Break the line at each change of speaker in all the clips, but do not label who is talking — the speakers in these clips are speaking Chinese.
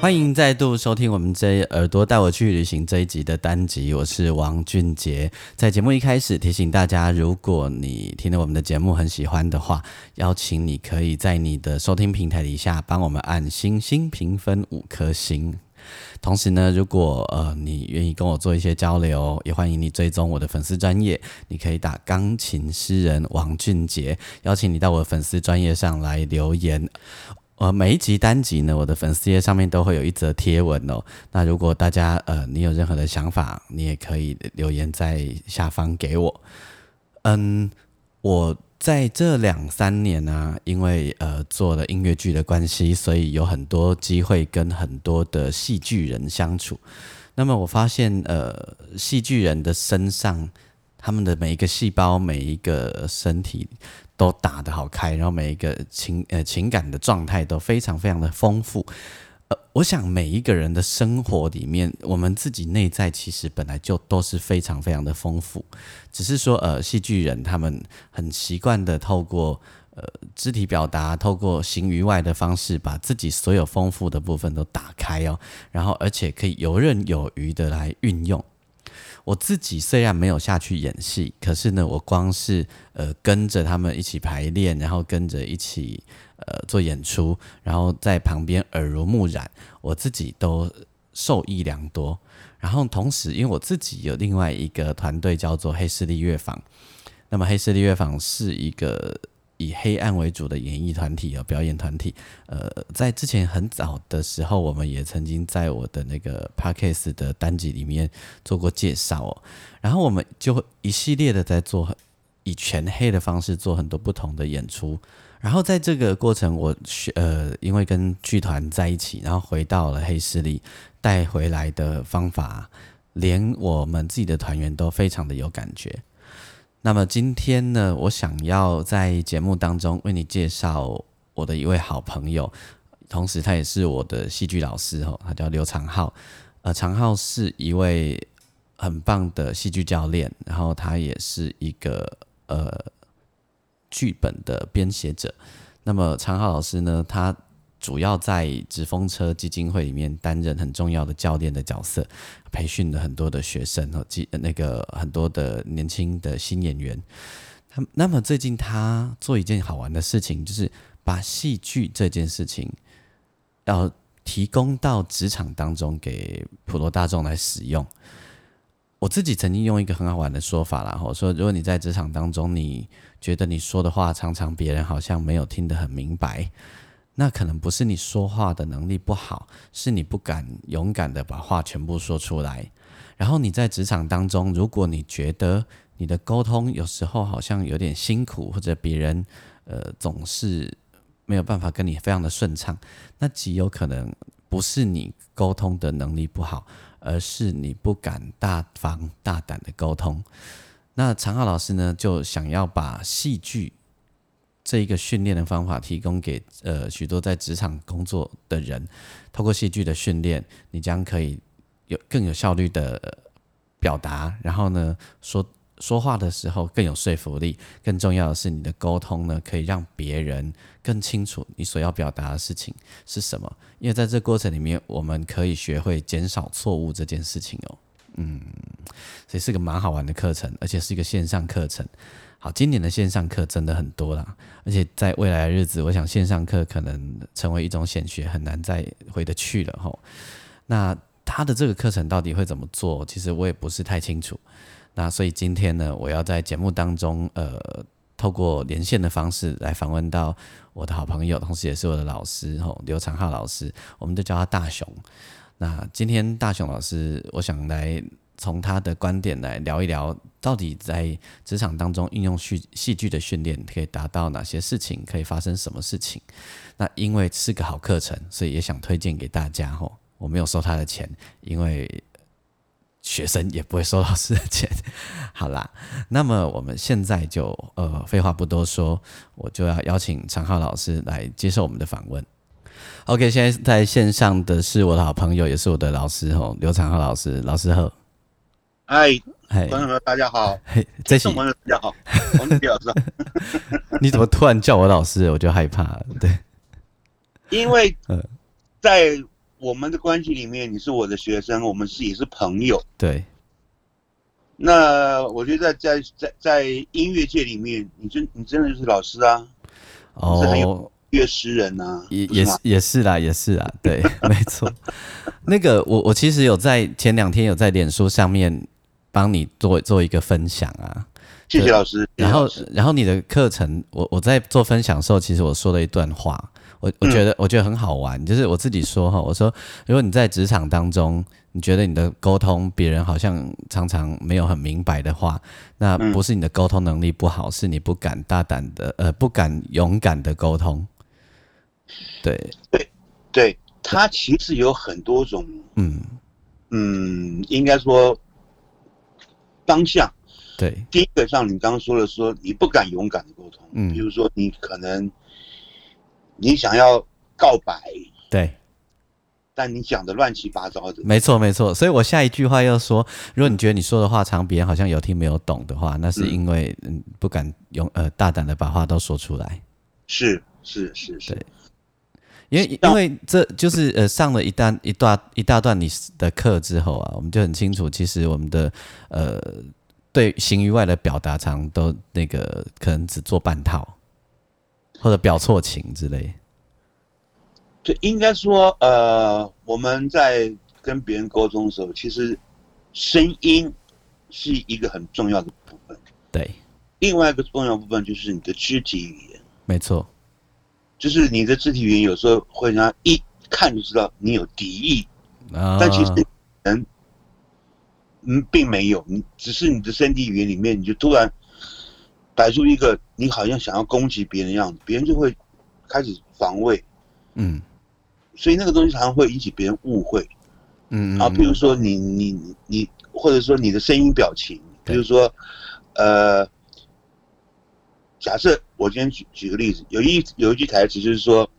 欢迎再度收听我们这一《耳朵带我去旅行》这一集的单集，我是王俊杰。在节目一开始提醒大家，如果你听了我们的节目很喜欢的话，邀请你可以在你的收听平台底下帮我们按星星评分五颗星。同时呢，如果呃你愿意跟我做一些交流，也欢迎你追踪我的粉丝专业，你可以打钢琴诗人王俊杰，邀请你到我的粉丝专业上来留言，呃，每一集单集呢，我的粉丝页上面都会有一则贴文哦。那如果大家呃，你有任何的想法，你也可以留言在下方给我。嗯，我在这两三年呢、因为呃做了音乐剧的关系，所以有很多机会跟很多的戏剧人相处。那么我发现，呃，戏剧人的身上，他们的每一个细胞、每一个身体都打得好开，然后每一个情呃情感的状态都非常非常的丰富。呃，我想每一个人的生活里面，我们自己内在其实本来就都是非常非常的丰富，只是说呃，戏剧人他们很习惯的透过呃肢体表达，透过形于外的方式，把自己所有丰富的部分都打开哦，然后而且可以游刃有余的来运用。我自己虽然没有下去演戏，可是呢，我光是呃跟着他们一起排练，然后跟着一起呃做演出，然后在旁边呃耳濡目染，我自己都受益良多。然后同时，因为我自己有另外一个团队叫做黑势力乐坊，那么黑势力乐坊是一个以黑暗为主的演艺团体啊、表演团体。呃，在之前很早的时候，我们也曾经在我的那个 podcast 的单集里面做过介绍哦。然后我们就会一系列的在做，以全黑的方式做很多不同的演出。然后在这个过程，我学呃，因为跟剧团在一起，然后回到了黑势力，带回来的方法，连我们自己的团员都非常的有感觉。那么今天呢，我想要在节目当中为你介绍我的一位好朋友，同时他也是我的戏剧老师哦，他叫刘长浩。呃，长浩是一位很棒的戏剧教练，然后他也是一个呃剧本的编写者。那么长浩老师呢，他主要在直风车基金会里面担任很重要的教练的角色，培训了很多的学生和基呃那个很多的年轻的新演员。他那么最近他做一件好玩的事情，就是把戏剧这件事情要提供到职场当中给普罗大众来使用。我自己曾经用一个很好玩的说法啦，我说如果你在职场当中，你觉得你说的话常常别人好像没有听得很明白，那可能不是你说话的能力不好，是你不敢勇敢的把话全部说出来。然后你在职场当中，如果你觉得你的沟通有时候好像有点辛苦，或者别人呃总是没有办法跟你非常的顺畅，那极有可能不是你沟通的能力不好，而是你不敢大方大胆的沟通。那常浩老师呢，就想要把戏剧这一个训练的方法提供给呃许多在职场工作的人，透过戏剧的训练，你将可以有更有效率的呃表达，然后呢说说话的时候更有说服力，更重要的是你的沟通呢可以让别人更清楚你所要表达的事情是什么，因为在这过程里面，我们可以学会减少错误这件事情哦。嗯，所以是个蛮好玩的课程，而且是一个线上课程。好，今年的线上课真的很多啦，而且在未来的日子，我想线上课可能成为一种显学，很难再回得去了吼。那他的这个课程到底会怎么做？其实我也不是太清楚。那所以今天呢，我要在节目当中，呃，透过连线的方式来访问到我的好朋友，同时也是我的老师吼，刘长浩老师，我们就叫他大雄。那今天大雄老师，我想来从他的观点来聊一聊，到底在职场当中运用戏戏剧的训练可以达到哪些事情，可以发生什么事情。那因为是个好课程，所以也想推荐给大家吼。我没有收他的钱，因为学生也不会收老师的钱。 好啦，那么我们现在就呃，废话不多说，我就要邀请常浩老师来接受我们的访问。OK，现在在线上的是我的好朋友，也是我的老师吼，刘长浩老师，老师好，
哎，
嘿
观，众朋友大家好，
嘿，这期
众朋友大 家好，我是李老师。
你怎么突然叫我老师，我就害怕了。对，
因为
嗯
在我们的关系里面，你是我的学生，我们是也是朋友。
对，
那我觉得在在在音乐界里面，你真你真的就是老师啊，是
哦
很有，乐诗人啊，
也
不是
也
吗
是也是啦，也是啦，对， 没错。那个我我其实有在前两天有在脸书上面帮你做做一个分享啊，
谢谢老师。谢谢
然后
老师
然后你的课程，我我在做分享的时候，其实我说了一段话，我我觉得、我觉得很好玩，就是我自己说哈，我说如果你在职场当中，你觉得你的沟通别人好像常常没有很明白的话，那不是你的沟通能力不好，是你不敢大胆的呃不敢勇敢的沟通，对，
对他其实有很多种，
嗯，
嗯，应该说方向。
对，
第一个像你刚刚说的说，你不敢勇敢的沟通，
嗯
比如说你可能你想要告白，
对，
但你讲的乱七八糟的，
没错没错，所以我下一句话要说，如果你觉得你说的话常别人好像有听没有懂的话，那是因为嗯不敢勇呃大胆的把话都说出来，
是是是是，
因为因
像
为这就是呃上了一段一段一大段你的课之后啊，我们就很清楚，其实我们的呃对形于外的表达常都那个可能只做半套，或者表错情之类，
就应该说，呃，我们在跟别人沟通的时候，其实声音是一个很重要的部分，
对，
另外一个重要部分就是你的肢体语言，
没错，
就是你的肢体语言有时候会让他一看就知道你有敌意，
啊
但其实人，嗯，并没有，你只是你的身体语言里面，你就突然摆出一个你好像想要攻击别人的样子，别人就会开始防卫，
嗯
所以那个东西常常会引起别人误会
嗯嗯
啊。比如
嗯
说你你你你，或者说你的声音表情，
对
比如说，呃，假设我今天举举个例子，有一有一句台词就是说，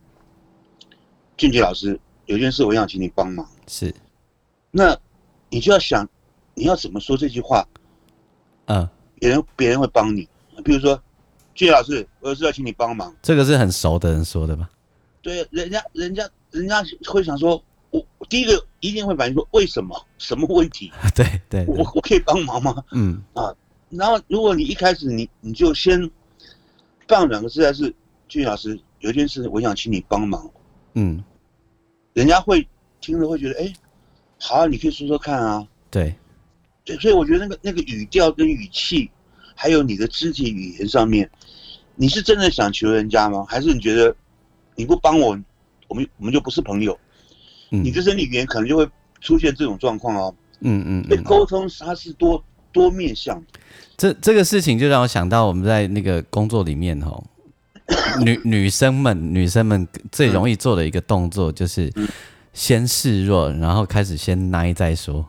俊杰老师，有件事我想请你帮忙。
是
那你就要想，你要怎么说这句话，
嗯。
别人别人会帮你。比如说，俊杰老师，我有事要请你帮忙。
这个是很熟的人说的吧？
对，人家人家人家会想说，我我第一个一定会反应说，为什么？什么问题？
对对
我
对，
我可以帮忙吗？
嗯，
然后如果你一开始你你就先放软个姿态是，俊杰老师有一件事我想请你帮忙，
嗯，
人家会听了会觉得，哎，好、啊，你可以说说看啊。
对，
对，所以我觉得那个那个语调跟语气，还有你的肢体语言上面，你是真的想求人家吗？还是你觉得你不帮我，我们我们就不是朋友？
嗯，
你的身体语言可能就会出现这种状况哦。
嗯嗯
所以
嗯，
沟通它是多多面向的，
这这个事情就让我想到我们在那个工作里面吼，女女生们女生们最容易做的一个动作就是先示弱，然后开始先奶再说。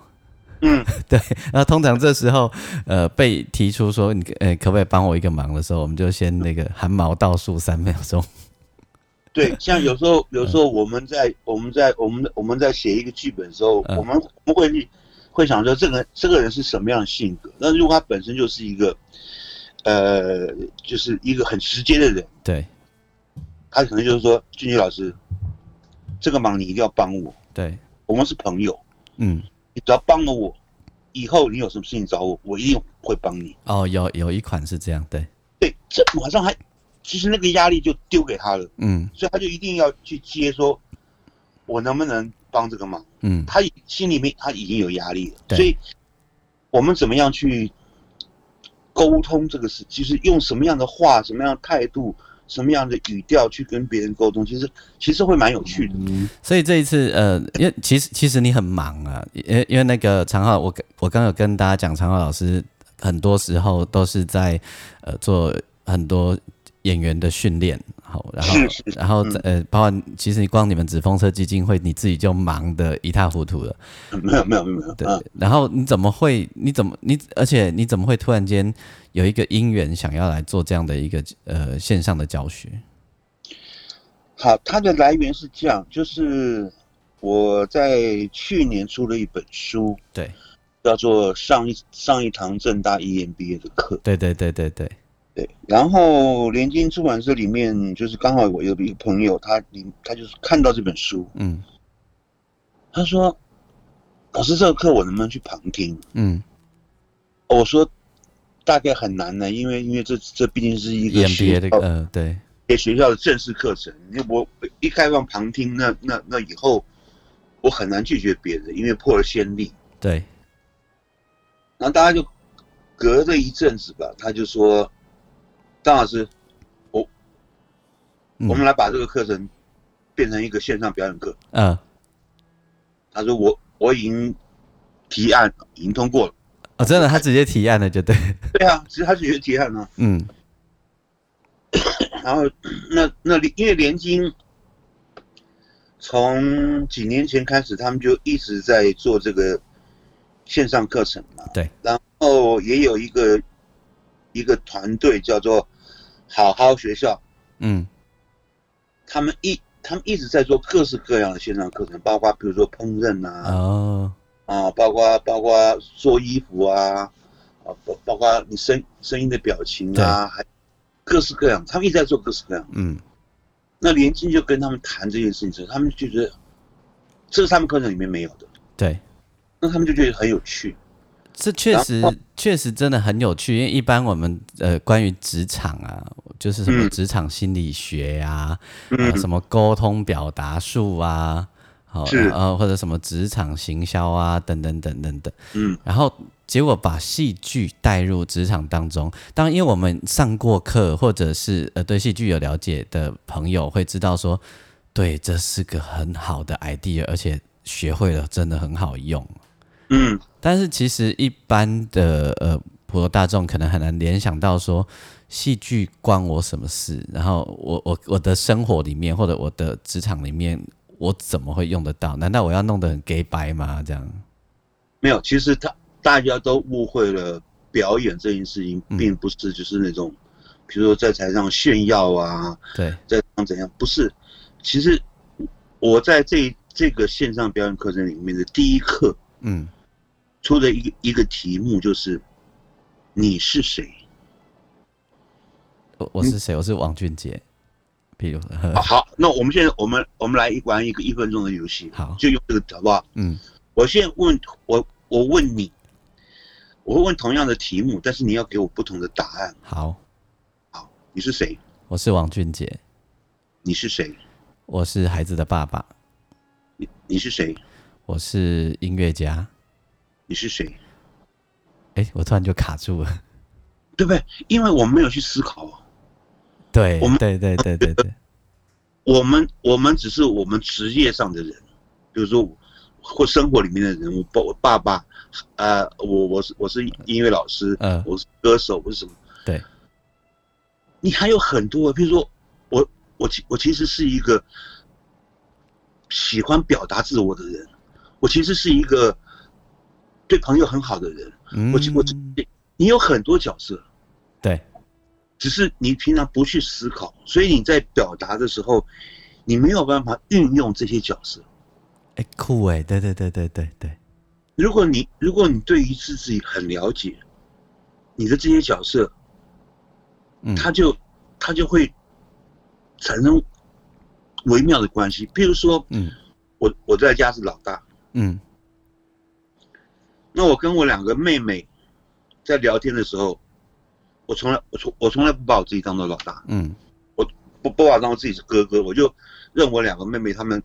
嗯，
对，然后通常这时候，呃，被提出说你呃可不可以帮我一个忙的时候，我们就先那个汗毛倒数三秒钟。
对，像有 时候
嗯
有时候我们在我们在我们我们在写一个剧本的时候，
嗯
我们我们会去会想说这个这个人是什么样的性格？那如果他本身就是一个，呃，就是一个很直接的人。
对
他可能就是说，俊杰老师，这个忙你一定要帮我，
对，
我们是朋友，
嗯，
你只要帮了我，以后你有什么事情找我，我一定会帮你。
哦，有有一款是这样，对，
对，这马上还其实那个压力就丢给他了，
嗯
所以他就一定要去接说，我能不能帮这个忙？
嗯，
他已心里面他已经有压力了，
对
所以我们怎么样去沟通这个事，就是用什么样的话、什么样的态度、什么样的语调去跟别人沟通，其实其实会蛮有趣的。
所以这一次，呃，因为其实其实你很忙啊，因为因为那个常浩，我跟我刚有跟大家讲，常浩老师很多时候都是在呃做很多演员的训练，好，然后
是是嗯
然后在呃，包括其实你光你们紫风车基金会你自己就忙得一塌糊涂了，
没有没有没有没有，
对
嗯，，
然后你怎么会？你怎么你？而且你怎么会突然间有一个因缘想要来做这样的一个呃线上的教学？
好，它的来源是这样，就是我在去年出了一本书，
对，
叫做上一上一堂正大 EMBA 的课，
对对对对对，
对，然后联经出版社里面就是刚好我有一个朋友，他你他就是看到这本书，
嗯
他说：“老师，这个课我能不能去旁听哦
嗯？”
我说：“大概很难呢，因为因为这这毕竟是一哦个
，EMBA
学
的
校
呃对，
给学校的正式课程，你我一开放旁听，那那那以后我很难拒绝别人，因为破了先例。
对，
然后大家就隔了一阵子吧，他就说：‘张老师，
嗯
我们来把这个课程变成一个线上表演课。
呃’
他说我：‘我已经提案已经通过了。
哦，真的，他直接提案了，就对，’
对啊，其实他是有提案啊。”
嗯
然后那那里因为联经从几年前开始，他们就一直在做这个线上课程嘛。
对。
然后也有一个一个团队叫做好好学校，
嗯
他们一他们一直在做各式各样的线上课程，包括比如说烹饪啊，
哦
啊，包括包括做衣服啊，啊，包包括你声声音的表情啊，还各式各样，他们一直在做各式各样。
嗯
那联经就跟他们谈这件事情时候，他们就觉得这是他们课程里面没有的，
对，
那他们就觉得很有趣。
这确实确实真的很有趣，因为一般我们呃关于职场啊，就是什么
嗯
职场心理学啊，
嗯
呃、什么沟通表达术啊，好、
是
呃或者什么职场行销啊等等等等等，
嗯，
然后结果把戏剧带入职场当中。当然，因为我们上过课或者是呃对戏剧有了解的朋友会知道说，对，这是个很好的 idea，而且学会了真的很好用。
嗯，
但是其实一般的呃普罗大众可能很难联想到说戏剧关我什么事，然后我我我的生活里面或者我的职场里面，我怎么会用得到？难道我要弄得很 gay 白吗？这样，
没有，其实他大家都误会了表演这件事情
嗯，
并不是就是那种，比如说在台上炫耀啊，
对，
在台上怎样，不是。其实我在这这个线上表演课程里面的第一课
嗯，
出的一个一个题目就是你是谁？
我我是谁？我是王俊杰，比如，呵
啊好，那我们现在我们我们来玩一个一分钟的游戏，
好
就用这个好不好？
嗯
我先问我，我问你，我会问同样的题目，但是你要给我不同的答案。
好，
你是谁？
我是王俊杰，
你是谁？
我是孩子的爸爸，
你你是谁？
我是音乐家。
你是谁？
诶，我突然就卡住了。
对不对？因为我们没有去思考啊，
对
我们
对对对对对，
我们我们只是我们职业上的人，比如说我或生活里面的人，我爸我爸爸，呃，我我是我是音乐老师，
嗯
我是歌手，我是什么？
对，
你还有很多，比如说我我其我其实是一个喜欢表达自我的人，我其实是一个对朋友很好的人，
嗯
我其我你有很多角色，
对，
只是你平常不去思考，所以你在表达的时候，你没有办法运用这些角色。
哎、酷哎、对对对对对对，
如果你如果你对于自己很了解，你的这些角色，
嗯，
它就它就会产生微妙的关系。譬如说，
嗯
我我在家是老大，
嗯
那我跟我两个妹妹在聊天的时候，我从来我从我从来不把我自己当做老大，
嗯
不不把我当做自己是哥哥，我就认我两个妹妹她们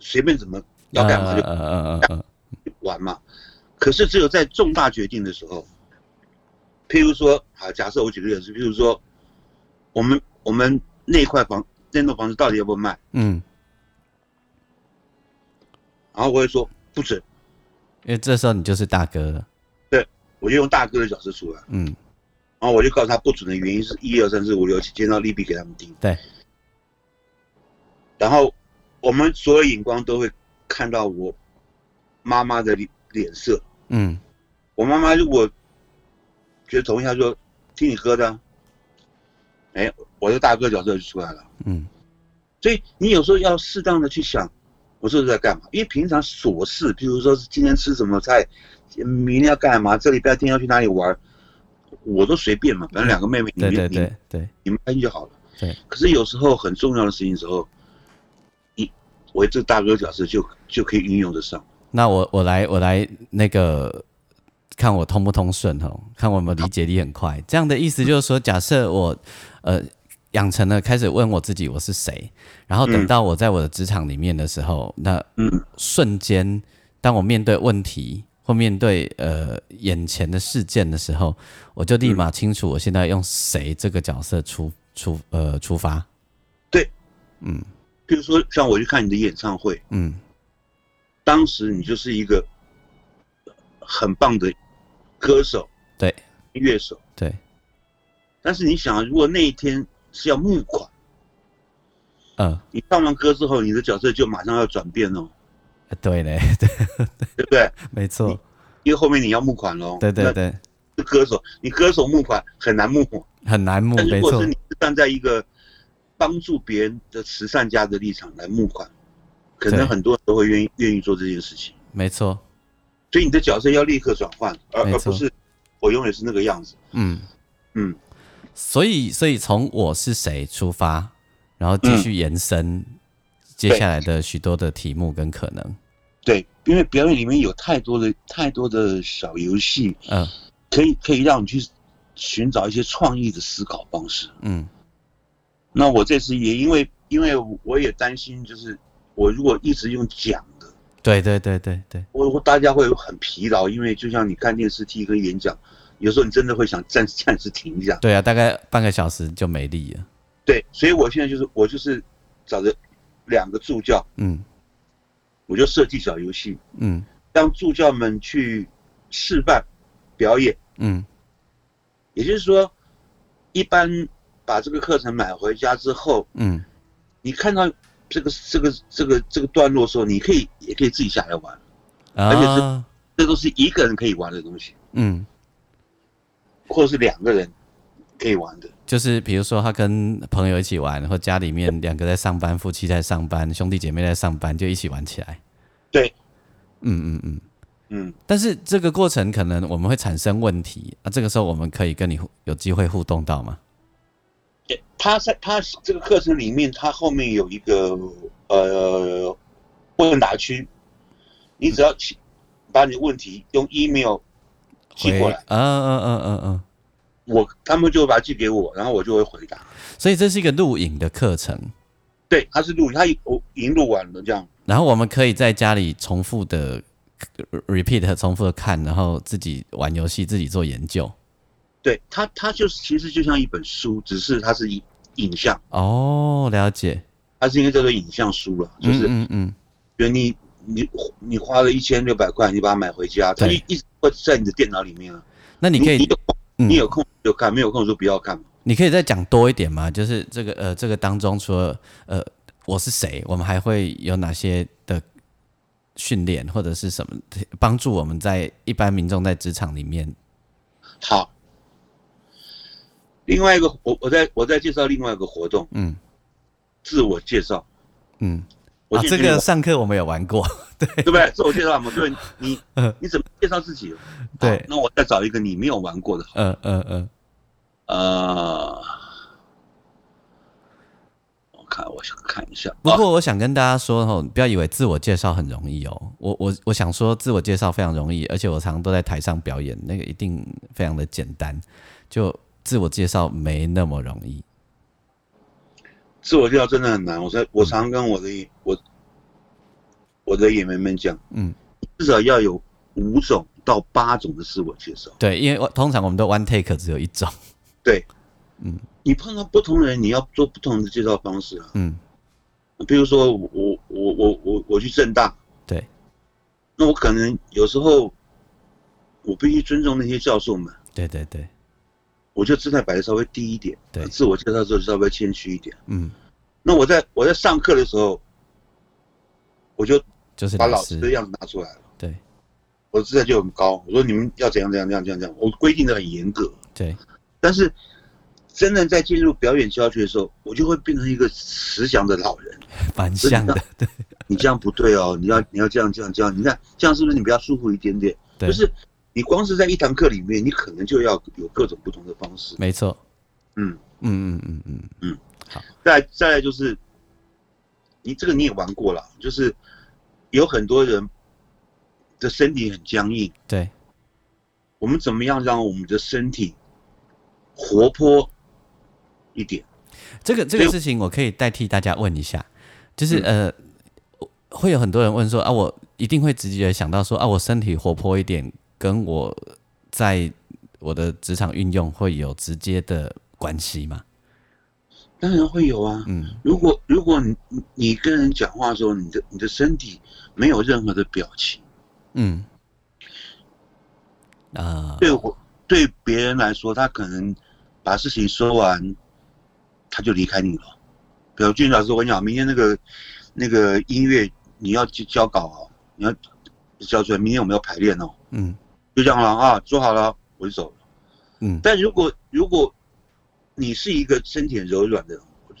随便怎么要干嘛就
呃呃呃呃，
玩嘛。可是只有在重大决定的时候，譬如说，好，假设我举个例子，譬如说，我们我们那块房那栋房子到底要不要卖？
嗯，
然后我会说不准，
因为这时候你就是大哥了。
我就用大哥的角色出来，
嗯
然后我就告诉他不准的原因是一二三四五六七，见到利弊给他们听。
对。
然后我们所有眼光都会看到我妈妈的脸脸色。
嗯
我妈妈如果觉得同意，她说听你哥的啊，哎，我的大哥角色就出来了。
嗯
所以你有时候要适当的去想，我这是在干嘛？因为平常琐事，比如说是今天吃什么菜，明天要干嘛，这礼拜天要去哪里玩，我都随便嘛。反正两个妹妹，你
对
们
对
你们
对对，
你们开心就好了。
对。
可是有时候很重要的事情的时候，你我这大哥角色就就可以运用得上。
那我我来我来那个看我通不通顺哦，看我有没有理解力很快。这样的意思就是说，假设我呃养成了开始问我自己我是谁，然后等
嗯
到我在我的职场里面的时候，那
嗯
瞬间，当我面对问题或面对呃眼前的事件的时候，我就
嗯
立马清楚我现在用谁这个角色出出呃出发。
对，
嗯
比如说像我去看你的演唱会，
嗯
当时你就是一个很棒的歌手，
对，
音乐手。
对，
但是你想，如果那一天是要募款，
呃，
你唱完歌之后，你的角色就马上要转变哦，
对嘞， 对，
对不对？
没错，
因为后面你要募款喽。
对对，对，
是歌手，你歌手募款很难募，
很难募，
但是
没
如果
错
是，你是站在一个帮助别人的慈善家的立场来募款，可
对
能很多人都会愿意愿意做这件事情。
没错，
所以你的角色要立刻转换，而
没
而
错
不是我永远是那个样子。
嗯。
嗯，
所以，所以从我是谁出发，然后继续延
嗯
伸接下来的许多的题目跟可能。
对，因为表演里面有太多的太多的小游戏，
嗯、
可以可以让你去寻找一些创意的思考方式。
嗯
那我这次也因为因为我也担心，就是我如果一直用讲的，
对对对对对，
我我大家会很疲劳，因为就像你看电视剧跟演讲，有时候你真的会想暂暂时停一下。
对啊，大概半个小时就没力了。
对，所以我现在就是我就是找着两个助教，
嗯
我就设计小游戏，
嗯
让助教们去示范表演。
嗯
也就是说，一般把这个课程买回家之后，
嗯，
你看到这个这个这个这个段落的时候，你可以也可以自己下来玩。而且是
啊，
这都是一个人可以玩的东西，
嗯，
或者是两个人可以玩的。
就是比如说他跟朋友一起玩，或家里面两个在上班，夫妻在上班，兄弟姐妹在上班，就一起玩起来。
对，
嗯嗯嗯。
嗯，
但是这个过程可能我们会产生问题啊，这个时候我们可以跟你互有机会互动到吗？
也他在他这个课程里面，他后面有一个呃问答区，你只要去把你的问题用 email 寄过来，
嗯嗯嗯嗯嗯。
我他们就会把它寄给我，然后我就会回答。
所以这是一个录影的课程，
对，他是录，他已我已经录完了这样。
然后我们可以在家里重复的 repeat 重复的看，然后自己玩游戏，自己做研究。
对他，他就是其实就像一本书，只是它是影影像，
哦，了解，
它是应该叫做影像书了，就是
嗯嗯嗯，
比如你你你花了一千六百块，你把它买回家，它就
对
一直会在你的电脑里面啊。
那你
你
可以
你有空
嗯
你有空就看，没有空就不要看嘛。
你可以再讲多一点吗？就是这个呃，这个当中除了呃我是谁，我们还会有哪些的训练或者是什么帮助我们在一般民众在职场里面？
好，另外一个我我再我再介绍另外一个活动，
嗯
自我介绍。
嗯，
我
啊，
记得
这个上课我们有玩过，
对不对？自我介绍嘛，对，你
嗯
你怎么介绍自己？好
对
那我再找一个你没有玩过的，
呃呃呃，
呃，我看我想看一下，
不
啊
过我想跟大家说哦，不要以为自我介绍很容易哦。我我我想说，自我介绍非常容易，而且我常常都在台上表演，那个一定非常的简单。就自我介绍没那么容易。
自我介绍真的很难。我在
嗯
我常跟我的我我的演员们讲，
嗯，
至少要有五种到八种的自我介绍。
对，因为我通常我们都 one take 只有一种。
对，
嗯
你碰到不同人，你要做不同的介绍方式啊。
嗯
比如说我我我我我我去正大，
对，
那我可能有时候我必须尊重那些教授们，
对对对，
我就姿态摆的稍微低一点，
对
自我介绍的时候稍微谦虚一点。
嗯，
那我在我在上课的时候，我就
就是
把
老
老
师
师的样子拿出来了，
对
我的姿态就很高。我说你们要怎样怎样怎样怎样怎样，我规定的很严格。
对
但是真的在进入表演教学的时候，我就会变成一个慈祥的老人。
蛮像 的，对
你这样不对哦，你要你要这样这样这样，你看这样是不是你比较舒服一点点？
对，
就是你光是在一堂课里面，你可能就要有各种不同的方式。
没错，
嗯，
嗯嗯嗯嗯，
再再来就是，你这个你也玩过了，就是有很多人的身体很僵硬，
对
我们怎么样让我们的身体活泼一点？
这个这个事情我可以代替大家问一下，就是、呃，会有很多人问说啊，我一定会直接想到说啊，我身体活泼一点，跟我在我的职场运用会有直接的关系吗？
当然会有啊。
嗯，
如果如果你你你跟人讲话的时候，你的你的身体没有任何的表情，
嗯，啊、
对我对别人来说，他可能把事情说完，他就离开你了。比如俊老师，我跟你讲，明天那个那个音乐你要交交稿哦，你要交出来，明天我们要排练哦，
嗯
就这样了啊，做好了我就走了。
嗯，
但如果如果你是一个身体很柔软的人，我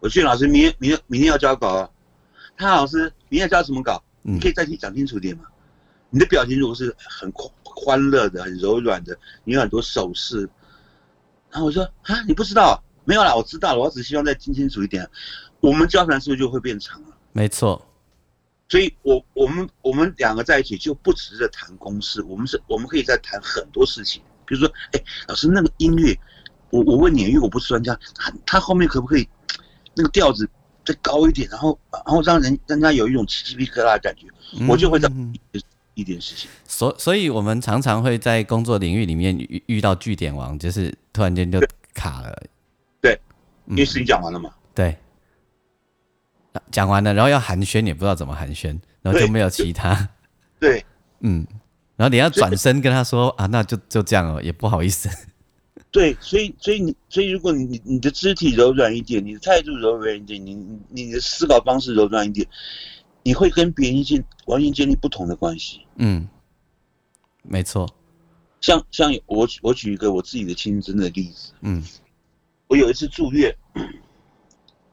我俊老师，明天明天明天要交稿啊，他老师明天要交什么稿？你
嗯
可以再去讲清楚点嘛。你的表情如果是很欢欢乐的、很柔软的，你有很多手势，然后我说啊，你不知道？没有啦，我知道了，我只希望再听清楚一点。我们交谈是不是就会变长啊了？
没错，
所以我我们我们两个在一起就不只是在谈公事，我们是我们可以在谈很多事情，比如说，哎、老师那个音乐，我我问你，因为我不是专家，他他后面可不可以那个调子再高一点，然后然后让人让人家有一种鸡皮疙瘩的感觉，我就会在
嗯嗯嗯
一点事情。
所所以，我们常常会在工作领域里面遇遇到据点王，就是突然间就卡 了。
对
嗯，
因为事情讲完了嘛，
对，啊讲完了，然后要寒暄，也不知道怎么寒暄，然后就
对
没有其他，
对，
嗯，然后你要转身跟他说啊，那就就这样哦，也不好意思，
对，所以所以你所以如果你你你的肢体柔软一点，你的态度柔软一点，你你你的思考方式柔软一点，你会跟别人建完全建立不同的关系。
嗯，没错，
像像我我举一个我自己的亲身的例子，
嗯
我有一次住院，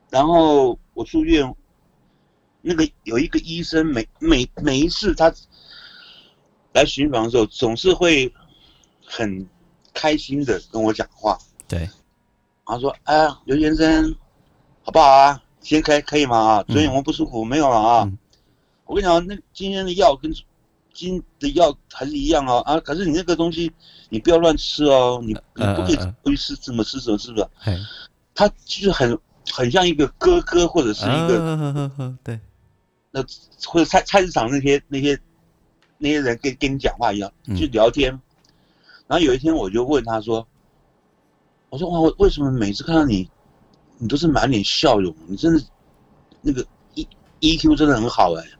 然后我住院，那个有一个医生每每每一次他来巡房的时候，总是会很开心的跟我讲话，
对，
然后说：“哎，刘先生，好不好啊？先开可以吗？啊，昨天有没有不舒服？没有了啊。
嗯
我跟你讲，那今天的药跟今的药还是一样哦啊。可是你那个东西，你不要乱吃哦，你你
呃
不可以
呃呃
去吃什么吃什么吃什么。
嘿，
他就是很很像一个哥哥，或者是一个、
啊呵呵呵对，
那或者菜菜市场那些那些那些人跟跟你讲话一样，
嗯
就聊天。然后有一天我就问他说：“我说哇，我为什么每次看到你，你都是满脸笑容？你真的那个 E EQ 真的很好哎、
嗯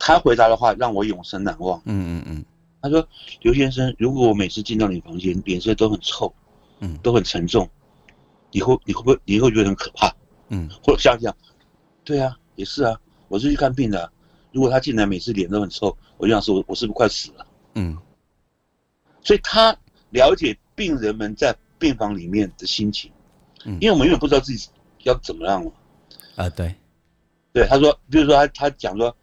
他回答的话让我永生难忘。
嗯嗯嗯
他说：“刘先生，如果我每次进到你房间，脸色都很臭，
嗯
都很沉重，你会你会不会你会觉得很可怕？”
嗯，
或者想想，对啊，也是啊，我是去看病的啊、如果他进来每次脸都很臭，我就想说，我我是不是快死了？
嗯
所以他了解病人们在病房里面的心情，
嗯
因为我们永远不知道自己要怎么样嘛。
啊对，
对，他说，比如说他他讲说，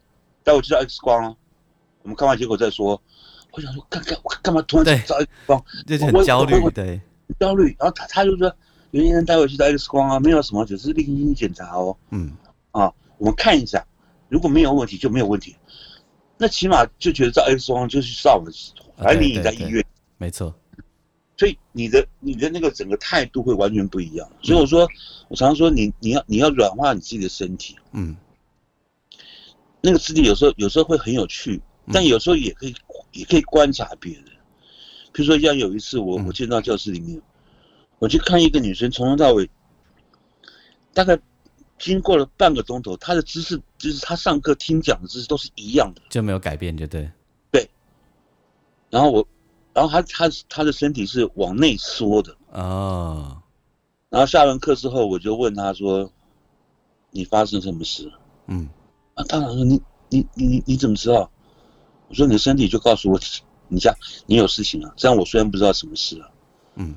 带我去照 X 光啊，我们看完结果再说。我想说，干干我干嘛突
对
然照 X 光？
就是很
我
焦
我
虑，
我
对，
焦虑。然后他他就说，原先带我去照 X 光啊，没有什么，只是例行性检查哦。
嗯
我们看一下，如果没有问题就没有问题。那起码就觉得照 X 光就去照了，反正你也在医院，
没错，
所以你的你的那个整个态度会完全不一样。所以我说，我常说你你要你要软化你自己的身体，
嗯
那个肢体有时候有时候会很有趣，但有时候也可以也可以观察别人。比如说像有一次我
嗯
我进到教室里面，我去看一个女生从头到尾，大概经过了半个钟头，她的姿势就是她上课听讲的姿势都是一样的。
就没有改变，就对。
然后我，然后她她她的身体是往内缩的。
哦，
然后下完课之后，我就问她说：“你发生什么事
嗯，？”
啊，她老师说：“你你你你你怎么知道？”我说：“你的身体就告诉我你家你有事情了、这样我虽然不知道什么事啊，
嗯，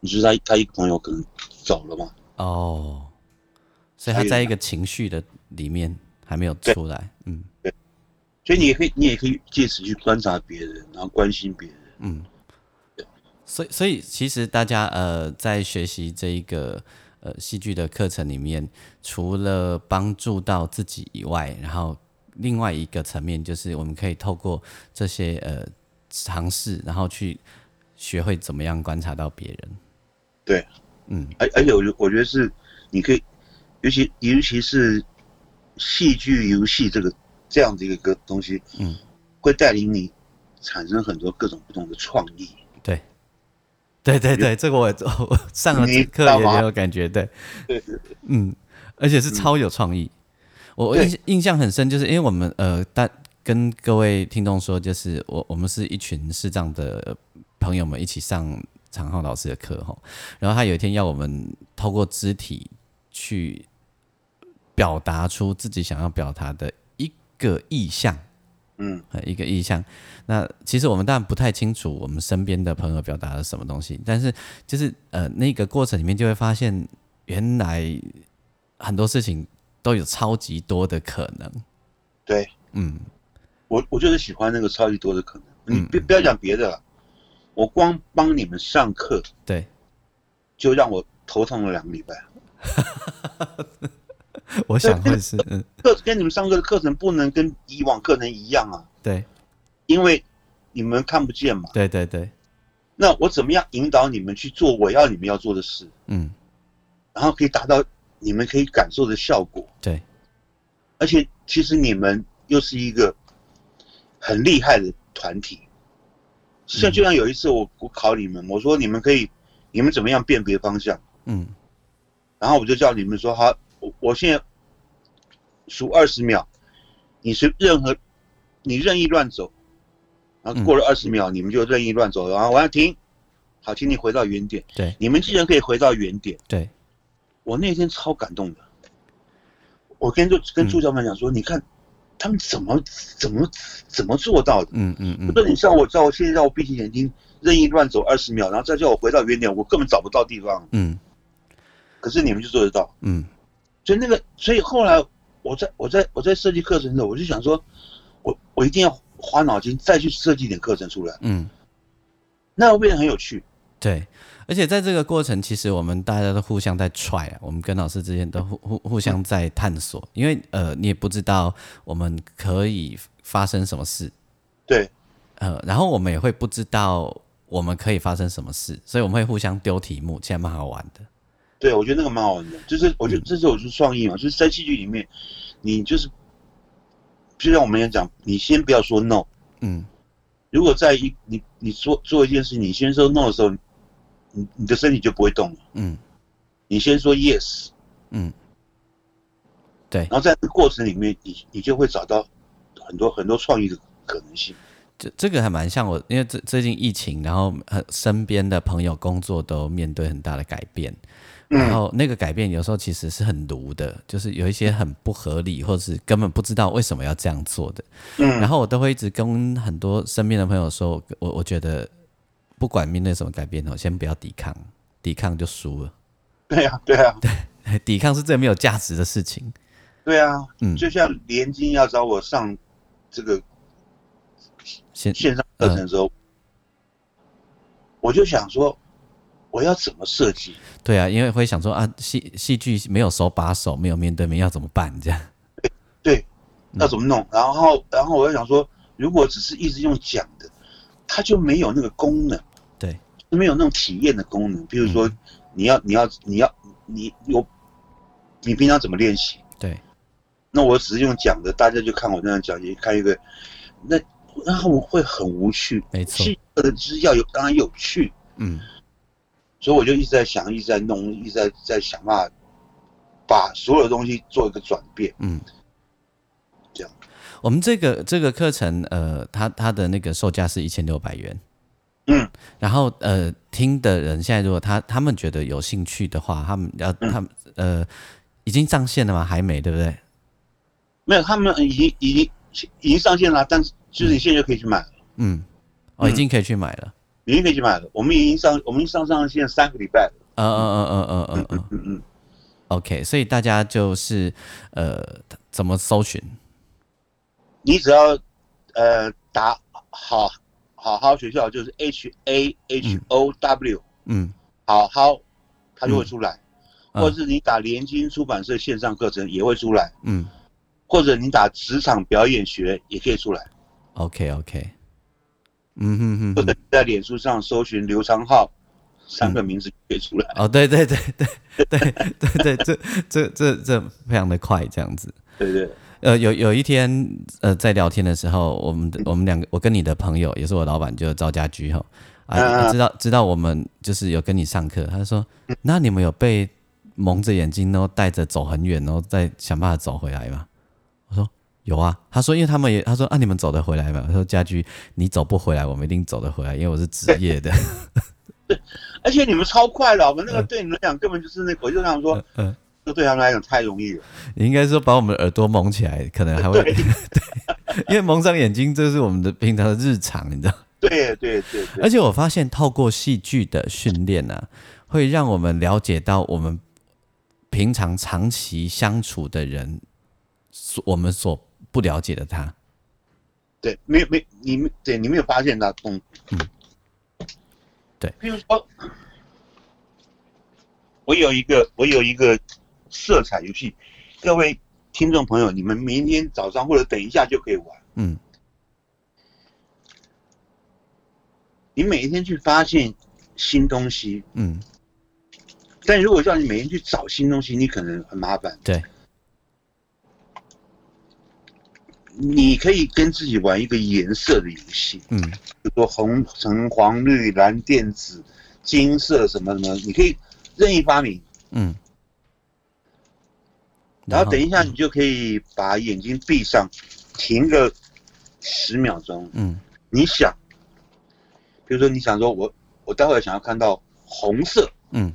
你就是她她一个朋友可能走了嘛。
哦，所以他在一个情绪的里面还没有出来，嗯
所以你也可以，你也可以借此去观察别人，然后关心别人。
嗯。所以，所以其实大家呃，在学习这一个呃戏剧的课程里面，除了帮助到自己以外，然后另外一个层面就是我们可以透过这些呃尝试，然后去学会怎么样观察到别人。
对，
嗯，
而而且我觉我觉得是，你可以，尤其尤其是戏剧游戏这个这样的一个东西，
嗯，
会带领你产生很多各种不同的创意。
对，对对对，这个我也 我上了
你
课
知道
也
吗
有感觉，对，
对，
嗯，而且是超有创意。我我
对
印印象很深，就是因为我们呃，大跟各位听众说，就是我我们是一群视障的朋友们一起上常浩老师的课哈，然后他有一天要我们透过肢体去表达出自己想要表达的一个意向。
嗯，
呃，一个意向。那其实我们当然不太清楚我们身边的朋友表达了什么东西，但是就是呃那个过程里面就会发现，原来很多事情都有超级多的可能。
对
嗯
我我就是喜欢那个超级多的可能。你别不要讲别的了，我光帮你们上课
对，
就让我头痛了两个礼拜。
我想会是嗯
课跟你们上课的课程不能跟以往课程一样啊，
对
因为你们看不见嘛。
对对对，
那我怎么样引导你们去做我要你们要做的事，
嗯
然后可以达到你们可以感受的效果？
对
而且其实你们又是一个很厉害的团体。像就像有一次我我考你们，我说你们可以，你们怎么样辨别方向？
嗯
然后我就叫你们说好，我我现在数二十秒，你随任何你任意乱走，然后过了二十秒、你们就任意乱走，然后我要停，好，请你回到原点。
对
你们既然可以回到原点，
对，
我那天超感动的。我跟助跟助教们讲说，你看他们怎么怎么怎么做到的？
嗯嗯嗯
我说你像我叫我现在让我闭起眼睛任意乱走二十秒，然后再叫我回到原点，我根本找不到地方。
嗯
可是你们就做得到。
嗯
所以那个，所以后来我在我在我在设计课程的时候，我就想说，我我一定要花脑筋再去设计一点课程出来，
嗯，
那会变得很有趣。
对。而且在这个过程，其实我们大家都互相在踹、啊，我们跟老师之间都互互互相在探索，因为呃，你也不知道我们可以发生什么事，
对，
呃，然后我们也会不知道我们可以发生什么事，所以我们会互相丢题目，其实还蛮好玩的。
对我觉得那个蛮好玩的，就是我觉
嗯
得这是我是创意嘛，就是在戏剧里面，你就是，就像我们也讲，你先不要说 no，
嗯，
如果在一你你做做一件事，你先说 no 的时候，你你的身体就不会动了，
嗯
你先说 yes，
嗯，对，
然后在这个过程里面，你你就会找到很多很多创意的可能性。
这这个还蛮像我，因为最最近疫情，然后呃身边的朋友工作都面对很大的改变，然后那个改变有时候其实是很毒的，就是有一些很不合理，或是根本不知道为什么要这样做的。
嗯
然后我都会一直跟很多身边的朋友说，我我觉得不管面对什么改变哦，先不要抵抗，抵抗就输了。
对呀、对呀、啊
抵抗是最没有价值的事情。
对啊，
嗯
就像连金要找我上这个
先
线上
嗯
课程的时候，我就想说，我要怎么设计？
对啊，因为会想说啊，戏戏剧没有手把手，没有面对面，要怎么办？这样，
对，
嗯
要怎么弄？然后，然后我又想说，如果只是一直用讲的，它就没有那个功能，
对，
就没有那种体验的功能。比如
嗯
说，你要，你要，你要，你我，你平常怎么练习？
对，
那我只是用讲的，大家就看我那样讲，也看一个，那然后我会很无趣。
没错
戏剧的就是要有，当然有趣。
嗯，
所以我就一直在想，一直在弄，一直在在想办法把所有的东西做一个转变。
嗯，
这样，
我们这个这个课程，呃，它它的那个售价是一千六百元。
嗯，
然后呃，听的人现在如果他他们觉得有兴趣的话，他们要他们呃，已经上线了吗？还没，对不对？
没有，他们已经已经已经上线了，但是就是你现在就可以去买了，
嗯，哦，已
嗯
经可以去买了。
已经可以去买了。我们已经上我们已经上上线三个礼拜了。
嗯嗯嗯嗯嗯嗯嗯
嗯嗯，
，OK。所以大家就是呃，怎么搜寻？
你只要呃打好好好学校就是 H A H O W、
嗯，
好好，它就会出来。
嗯
或者是你打联经出版社线上课程也会出来，
嗯
或者你打职场表演学也可以出来，
，OK OK。嗯哼哼
或
哼
者你在脸书上搜寻刘长浩三个名字就可以出来。
哦，对对对对对对对，这这这这非常的快，这样子。
对对对，
呃，有有一天，呃，在聊天的时候，我 们的我们两个，我跟你的朋友，也是我老板，就是赵家驹哈，啊，嗯
嗯
知道知道我们就是有跟你上课，他说，那你们有被蒙着眼睛，然后带着走很远，然后再想办法走回来吗？我说有啊，他说，因为他们也，他说啊，你们走得回来吗？我说家驹，你走不回来，我们一定走得回来，因为我是职业的，
而且你们超快了，我们那个对你们来讲根本就是那个，我就想说，
嗯、
这对他们来讲太容易了。
你应该说把我们耳朵蒙起来，可能还会 对，因为蒙上眼睛，这是我们的平常的日常，你知道。
对对对对，
而且我发现，透过戏剧的训练呢、啊，会让我们了解到我们平常长期相处的人，所我们所不了解的他。
对，没有没你们对你没有发现他动，
嗯对
譬如说，我有一个我有一个色彩游戏，各位听众朋友，你们明天早上或者等一下就可以玩。
嗯
你每一天去发现新东西，
嗯，
但如果叫你每天去找新东西，你可能很麻烦。
对，
你可以跟自己玩一个颜色的游戏，
嗯
比如说红、橙、黄、绿、蓝、靛、紫、金色什么什么，你可以任意发明。
嗯。
然后等一下，你就可以把眼睛闭上，停个十秒钟。
嗯
你想，比如说你想说我，我待会儿想要看到红色，
嗯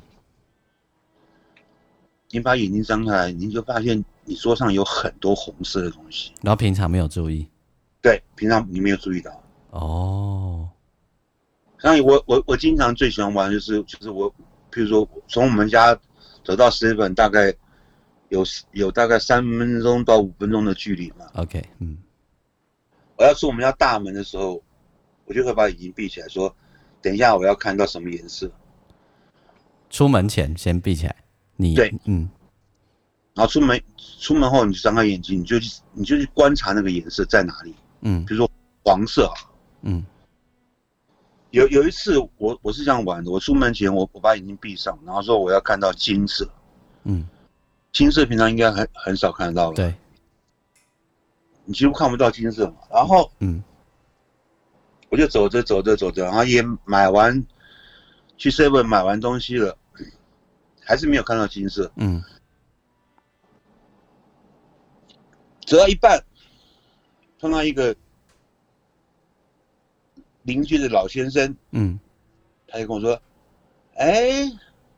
你把眼睛张开来，你就发现你桌上有很多红色的东西。
然后平常没有注意
对，平常你没有注意到。
哦，
像我我我经常最喜欢玩就是就是我，譬如说从我们家走到 seven 大概有有大概三分钟到五分钟的距离嘛。
OK，嗯
我要出我们家大门的时候，我就会把眼睛闭起来说，等一下我要看到什么颜色，
出门前先闭起来，你
对，
嗯
然后出门出门后你就张开眼睛，你就去你就去观察那个颜色在哪里。
嗯
比如说黄色啊，
嗯
有有一次我我是这样玩的，我出门前我我把眼睛闭上，然后说我要看到金色，
嗯，
金色平常应该很很少看得到吧？
对，
你几乎看不到金色嘛。然后
嗯
我就走着走着走着，然后也买完去 seven 买完东西了，还是没有看到金色。
嗯
走到一半，碰到一个邻居的老先生，
嗯
他就跟我说：“哎，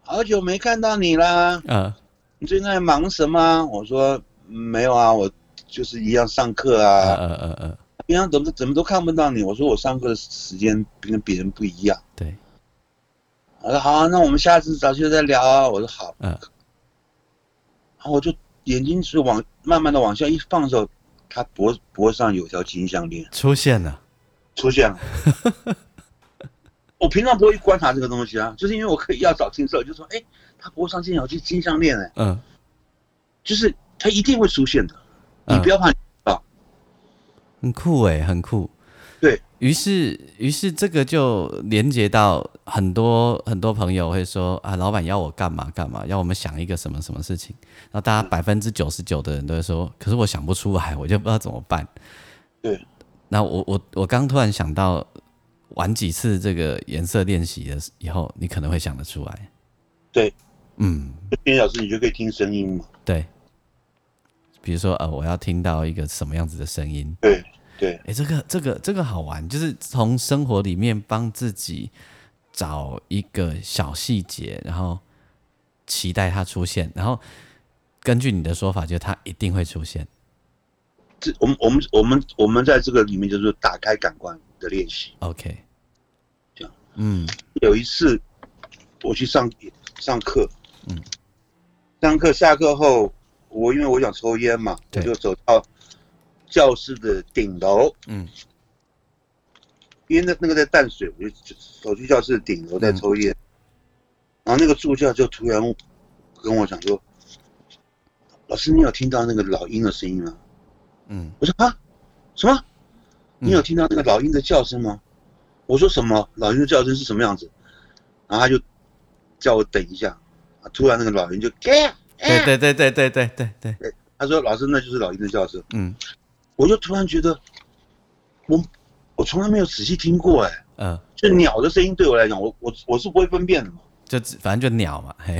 好久没看到你啦，
呃
你最近在忙什么啊？”我说：“没有啊，我就是一样上课
呃
啊，
呃呃呃，
平常怎么怎么都看不到你。”我说：“我上课的时间跟别人不一样。”
对，
我说好啊、那我们下次早些再聊啊。我说好，
嗯
然后我就眼睛是往慢慢的往下一放的时候，他脖脖上有条金项链
出现了。
出现了。我平常不会去观察这个东西啊，就是因为我可以要找金色，我就说哎，他脖上竟然有金金项链哎，
嗯，
就是他一定会出现的，你
嗯
不要怕。
很酷哎，很酷。
对
于是，于是这个就连接到很多很多朋友会说啊，老板要我干嘛干嘛，要我们想一个什么什么事情。然后
嗯
大家百分之九十九的人都会说，可是我想不出来，我就不知道怎么办。
对，
那我我我刚突然想到，玩几次这个颜色练习的时以后，你可能会想得出来。
对，
嗯，
边小时你就可以听声音嘛。
对。比如说，呃，我要听到一个什么样子的声音？
对对，
哎，这个这个这个好玩，就是从生活里面帮自己找一个小细节，然后期待它出现，然后根据你的说法，就是它一定会出现。
这我们我们我们我们在这个里面就是打开感官的练习。
OK，
这样，
嗯
有一次我去上上课，
嗯，
上课下课后，我因为我想抽烟嘛，我
对
就走到教室的顶楼，
嗯
因为那那个在淡水，我就走去教室的顶楼在抽烟。
嗯
然后那个助教就突然跟我讲说：“老师，你有听到那个老鹰的声音吗
嗯？”
我说：“啊，什么？你
嗯
有听到那个老鹰的叫声吗？”我说：“什么？老鹰的叫声是什么样子？”然后他就叫我等一下。啊突然那个老鹰就，嗯
对对对对对对对对，
他说：“老师，那就是老鹰的叫声。”
嗯
我就突然觉得，我我从来没有仔细听过哎、
呃，
就鸟的声音对我来讲，我我我是不会分辨的嘛。
就只反正就鸟嘛，嘿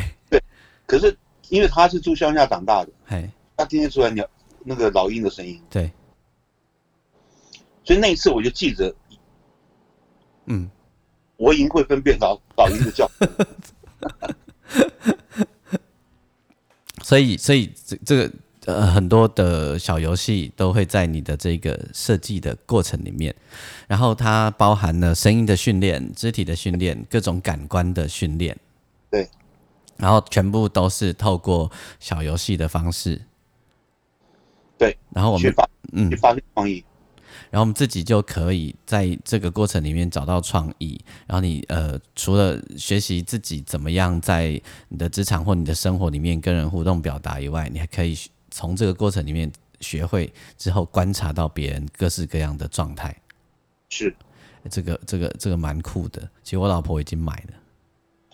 可是因为他是住乡下长大的，
嘿，
他听得出来鸟那个老鹰的声音，
对，
所以那一次我就记着，
嗯，
我已经会分辨老老鹰的叫。
所以所以这这个呃很多的小游戏都会在你的这个设计的过程里面，然后它包含了声音的训练、肢体的训练、各种感官的训练，
对，
然后全部都是透过小游戏的方式，
对，
然 后我
去
们
发
嗯
去发现创意，
然后我们自己就可以在这个过程里面找到创意。然后你呃，除了学习自己怎么样在你的职场或你的生活里面跟人互动表达以外，你还可以学从这个过程里面学会之后观察到别人各式各样的状态。
是
这个这个这个蛮酷的。其实我老婆已经买了，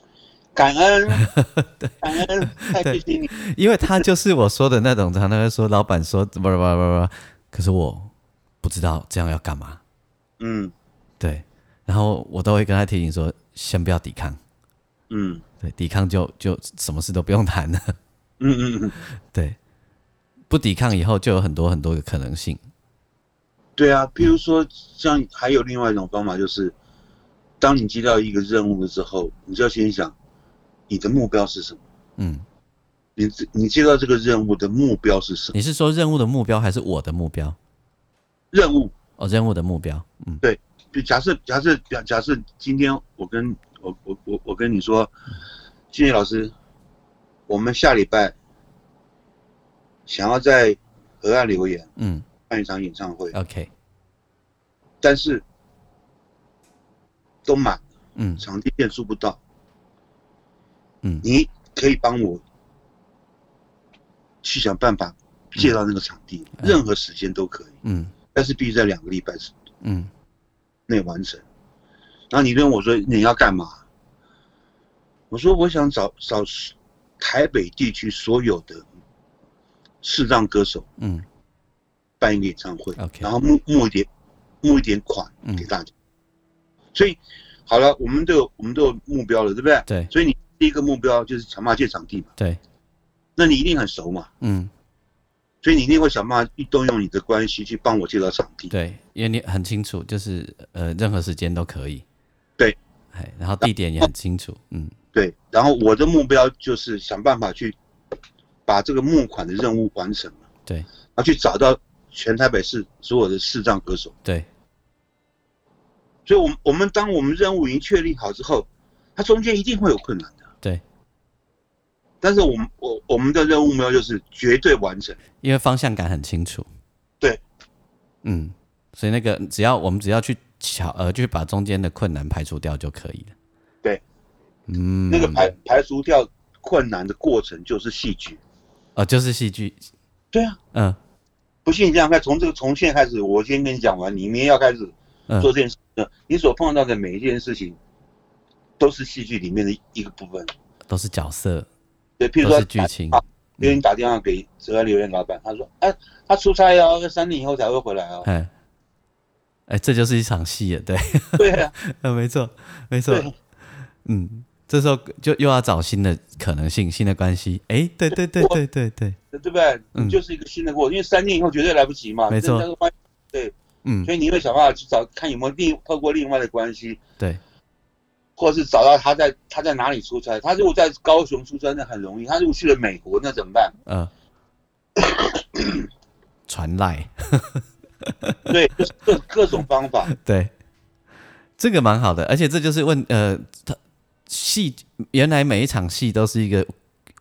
感 恩，感恩，太谢谢你。
因为她就是我说的那种，常常会说老板说怎么怎么怎么，可是我不知道这样要干嘛。
嗯
对，然后我都会跟她提醒说，先不要抵抗。
嗯
对，抵抗就就什么事都不用谈了。
嗯嗯嗯，
对，不抵抗以后就有很多很多的可能性。
对啊，譬如说，像还有另外一种方法，就是当你接到一个任务了之后，你就要先想你的目标是什么。
嗯，
你这你接到这个任务的目标是什么？
你是说任务的目标还是我的目标？
任务
哦，任务的目标。嗯
就假设假设假假设今天我跟我我我我跟你说，金宇老师，我们下礼拜想要在河岸留言
嗯
办一场演唱会，
，OK。
但是都满，
嗯
场地店租不到，
嗯
你可以帮我去想办法借到那个场地，
嗯
任何时间都可以，
嗯
但是必须在两个礼拜之
嗯
内完成。然后你问我说你要干嘛？我说我想找找台北地区所有的视障歌手
嗯
办一个演唱会
OK
然后募募一点募一点款
嗯
给大家。所以好了，我们都有我们都有目标了，对不对？
对
所以你第一个目标就是想办法借场地嘛，
对，
那你一定很熟嘛，
嗯
所以你一定会想办法去动用你的关系去帮我借到场地。
对，因为你很清楚，就是呃，任何时间都可以。
对，
哎，然后地点也很清楚。嗯
对，然后我的目标就是想办法去把这个募款的任务完成，然
对
后去找到全台北市所有的视障歌手。
对，
所以，我们我们当我们任务已经确立好之后，它中间一定会有困难的。
对，
但是我们我我们的任务目标就是绝对完成。
因为方向感很清楚。
对，
嗯，所以那个只要我们只要去巧呃，去把中间的困难排除掉就可以了。
对，
嗯，
那个排排除掉困难的过程就是戏剧。
哦，就是戏剧，
对啊，
嗯、
不信你想想看，从这个从现在开始，我今天跟你讲完，你明天要开始
嗯、
做这件事情，你所碰到的每一件事情，都是戏剧里面的一个部分。
都是角色，
对，譬如
都
说
是剧嗯
打
情
啊，因为你打电话给啊 折合留言老板，他说：“哎、他出差哦，要三点以后才会回来哦。
哎，”哎，这就是一场戏了，对，
对啊，
呃没错，没错，
对，
嗯，这时候就又要找新的可能性、新的关系。哎，对对对对对对，
对不对？
嗯
你就是一个新的过，因为三年以后绝对来不及嘛。
没错
那个关对，
嗯
所，以你会想办法去找看有没有另透过另外的关系，
对，
或者是找到他在他在哪里出差。他如果在高雄出差，那很容易；他如果去了美国，那怎么 办？
呃， 传赖，
对，就是各各种方法。
对，这个蛮好的，而且这就是问呃，他戏原来每一场戏都是一个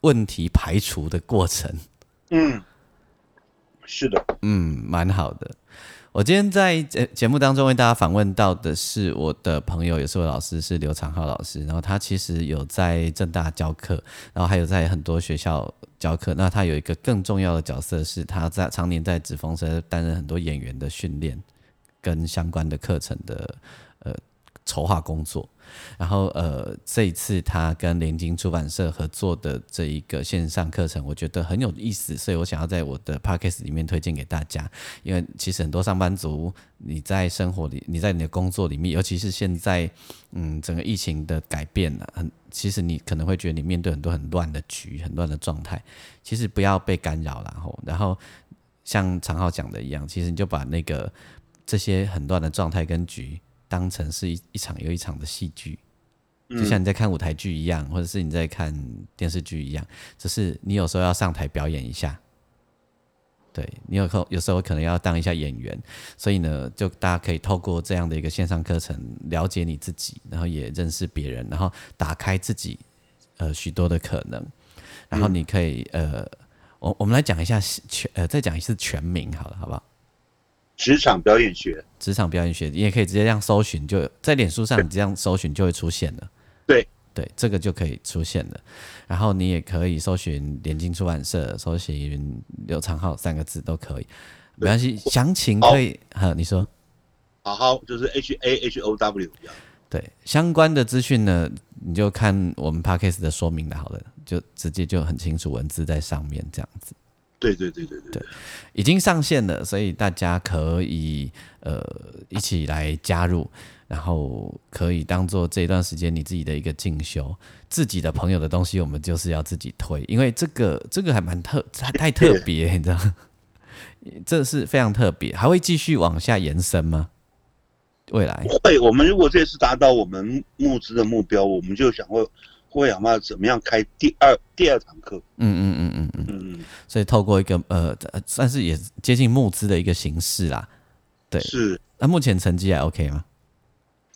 问题排除的过程。
嗯，是的，
嗯，蛮好的。我今天在节节目当中为大家访问到的是我的朋友，也是我老师，是刘长浩老师。然后他其实有在正大教课，然后还有在很多学校教课。那他有一个更重要的角色是，他在常年在紫峰社担任很多演员的训练跟相关的课程的呃筹划工作。然后呃，这一次他跟联经出版社合作的这一个线上课程，我觉得很有意思，所以我想要在我的 podcast 里面推荐给大家。因为其实很多上班族，你在生活里，你在你的工作里面，尤其是现在，嗯，整个疫情的改变啊，很，其实你可能会觉得你面对很多很乱的局、很乱的状态，其实不要被干扰啦，然后，然后像常浩讲的一样，其实你就把那个这些很乱的状态跟局。当成是一一场又一场的戏剧，就像你在看舞台剧一样，或者是你在看电视剧一样，只是你有时候要上台表演一下。对你有空有时候可能要当一下演员，所以呢，就大家可以透过这样的一个线上课程了解你自己，然后也认识别人，然后打开自己呃许多的可能，然后你可以、呃，我我们来讲一下全呃再讲一次全名好了，好不好？
职场表演学，
职场表演学，你也可以直接这样搜寻，就在脸书上你这样搜寻就会出现了。
对
对，这个就可以出现了。然后你也可以搜寻联经出版社，搜寻刘长浩三个字都可以，没关系。详情可以，哈，你说
好好就是 H A H O W 这样
对相关的资讯呢，你就看我们 podcast 的说明了，好了，就直接就很清楚文字在上面这样子。
对对对对对对，
已经上线了，所以大家可以呃一起来加入，然后可以当做这一段时间你自己的一个进修，自己的朋友的东西，我们就是要自己推，因为这个这个还蛮特太太特别，你知道吗，这是非常特别，还会继续往下延伸吗？未来
会。我们如果这次达到我们募资的目标，我们就想会会想办法怎么样开第二第二堂课。
嗯嗯嗯嗯嗯，
嗯，嗯
所以透过一个呃，呃算是也接近募资的一个形式啦。对
是
那、目前成绩还 OK 吗？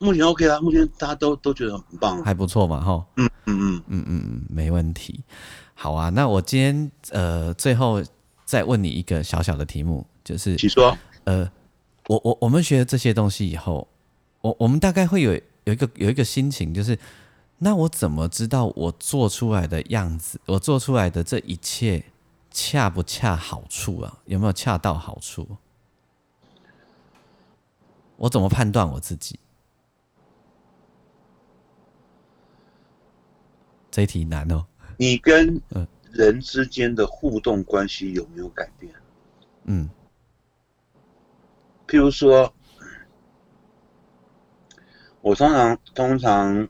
目前 OK 啊啦，目前大家都都觉得很棒啊。
还不错嘛，吼。
嗯嗯嗯，
嗯嗯嗯，没问题。好啊，那我今天呃最后再问你一个小小的题目，就是
请说。
呃，我我我们学了这些东西以后，我我们大概会有有一个有一个心情，就是那我怎么知道我做出来的样子，我做出来的这一切恰不恰好处啊？有没有恰到好处？我怎么判断我自己？这一题难哦。
你跟
嗯
人之间的互动关系有没有改变？
嗯
譬如说，我通常通常，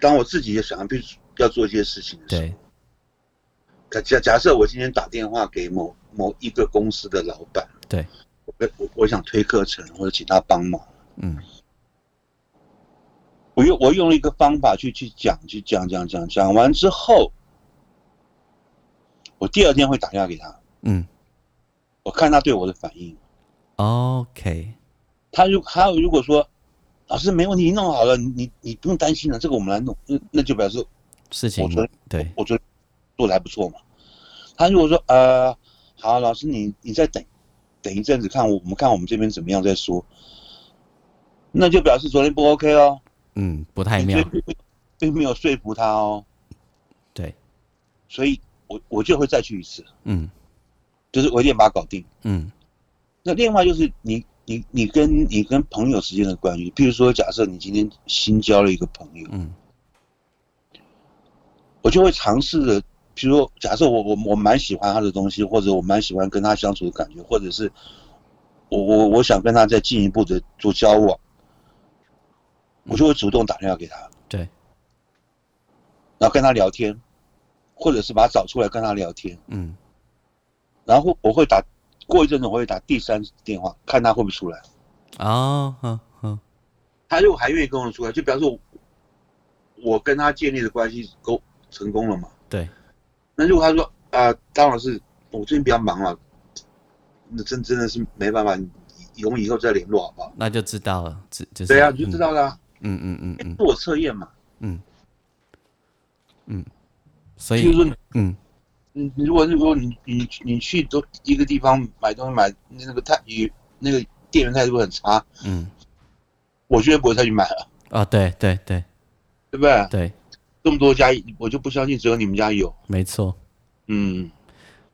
当我自己也想要必须要做一些事情的时
对
候，，假假假设我今天打电话给某某一个公司的老板，
对，
我我我想推课程或者请他帮忙，
嗯
我用我用了一个方法去去讲去讲讲讲讲完之后，我第二天会打电话给他，
嗯
我看他对我的反应。
，OK，
他如他如果说老师没问题，你弄好了，你你你不用担心了，这个我们来弄，那那就表示
事情
我觉得
对，
我觉得做的还不错嘛。他如果说呃好，老师你你再等等一阵子看我我们看我们这边怎么样再说，那就表示昨天不 OK 哦，
嗯，不太
你
妙，
并并没有说服他哦，
对，
所以我我就会再去一次，
嗯
就是我一定把它搞定。
嗯
那另外就是你你你跟你跟朋友之间的关系，譬如说假设你今天新交了一个朋友。
嗯
我就会尝试着，比如说，假设我我我蛮喜欢他的东西，或者我蛮喜欢跟他相处的感觉，或者是我我我想跟他再进一步的做交往，我就会主动打电话给他，
对，
然后跟他聊天，或者是把他找出来跟他聊天，
嗯
然后我会打，过一阵子我会打第三次电话，看他会不会出来。
哦，哼哼，
他如果还愿意跟我出来，就表示我我跟他建立的关系够成功了嘛。
对，
那如果他说啊、当老师，我最近比较忙了，那真真的是没办法，以我们以后再联络好不好？
那就知道了，知就是
对啊，你就知道啦、
嗯，嗯嗯嗯嗯
自我测验嘛。
嗯嗯，所
就是
以
说你，
嗯
你你如果如果你你你去都一个地方买东西买那个态与那个店员态度很差，
嗯
我绝对不会再去买了，
啊，对对对
对不对？
对，
这么多家，我就不相信只有你们家有。
没错，
嗯，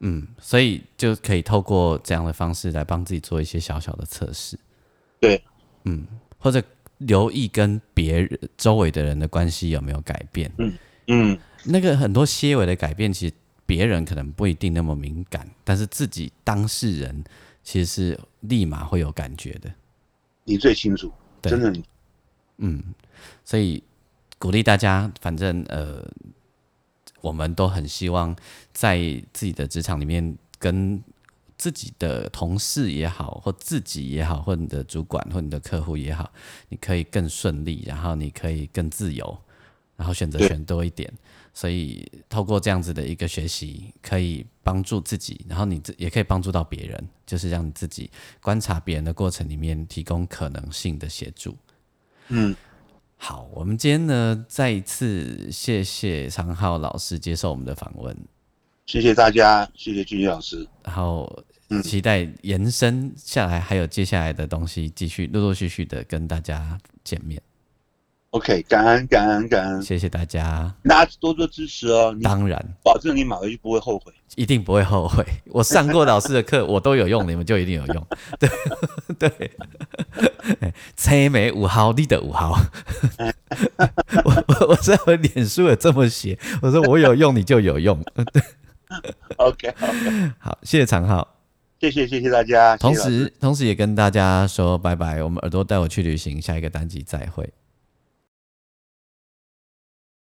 嗯，所以就可以透过这样的方式来帮自己做一些小小的测试，
对，
嗯，或者留意跟别人周围的人的关系有没有改变，
嗯，
那个很多些微的改变，其实别人可能不一定那么敏感，但是自己当事人其实是立马会有感觉的。
你最清楚，
对
真的你
嗯，所以鼓励大家，反正呃，我们都很希望在自己的职场里面跟自己的同事也好，或自己也好，或你的主管或你的客户也好，你可以更顺利，然后你可以更自由，然后选择
对
权多一点。所以透过这样子的一个学习，可以帮助自己，然后你自也可以帮助到别人，就是让你自己观察别人的过程里面提供可能性的协助。
嗯。
好，我们今天呢，再一次谢谢常浩老师接受我们的访问，
谢谢大家，谢谢俊杰老师。
然后
嗯
期待延伸下来还有接下来的东西，继续陆陆续续的跟大家见面。
OK，感恩感恩感恩，
谢谢大家，
大家多多支持哦。你
当然
保证你买回去不会后悔。
一定不会后悔，我上过老师的课，我都有用，你们就一定有用。对对，车眉五号，你的五号，我我我在我脸书也这么写，我说我有用你就有用。
OK，好的
好，谢谢常浩。
谢谢谢谢大家。谢
同
谢老师
时，同时也跟大家说拜拜。我们耳朵带我去旅行，下一个单集再会。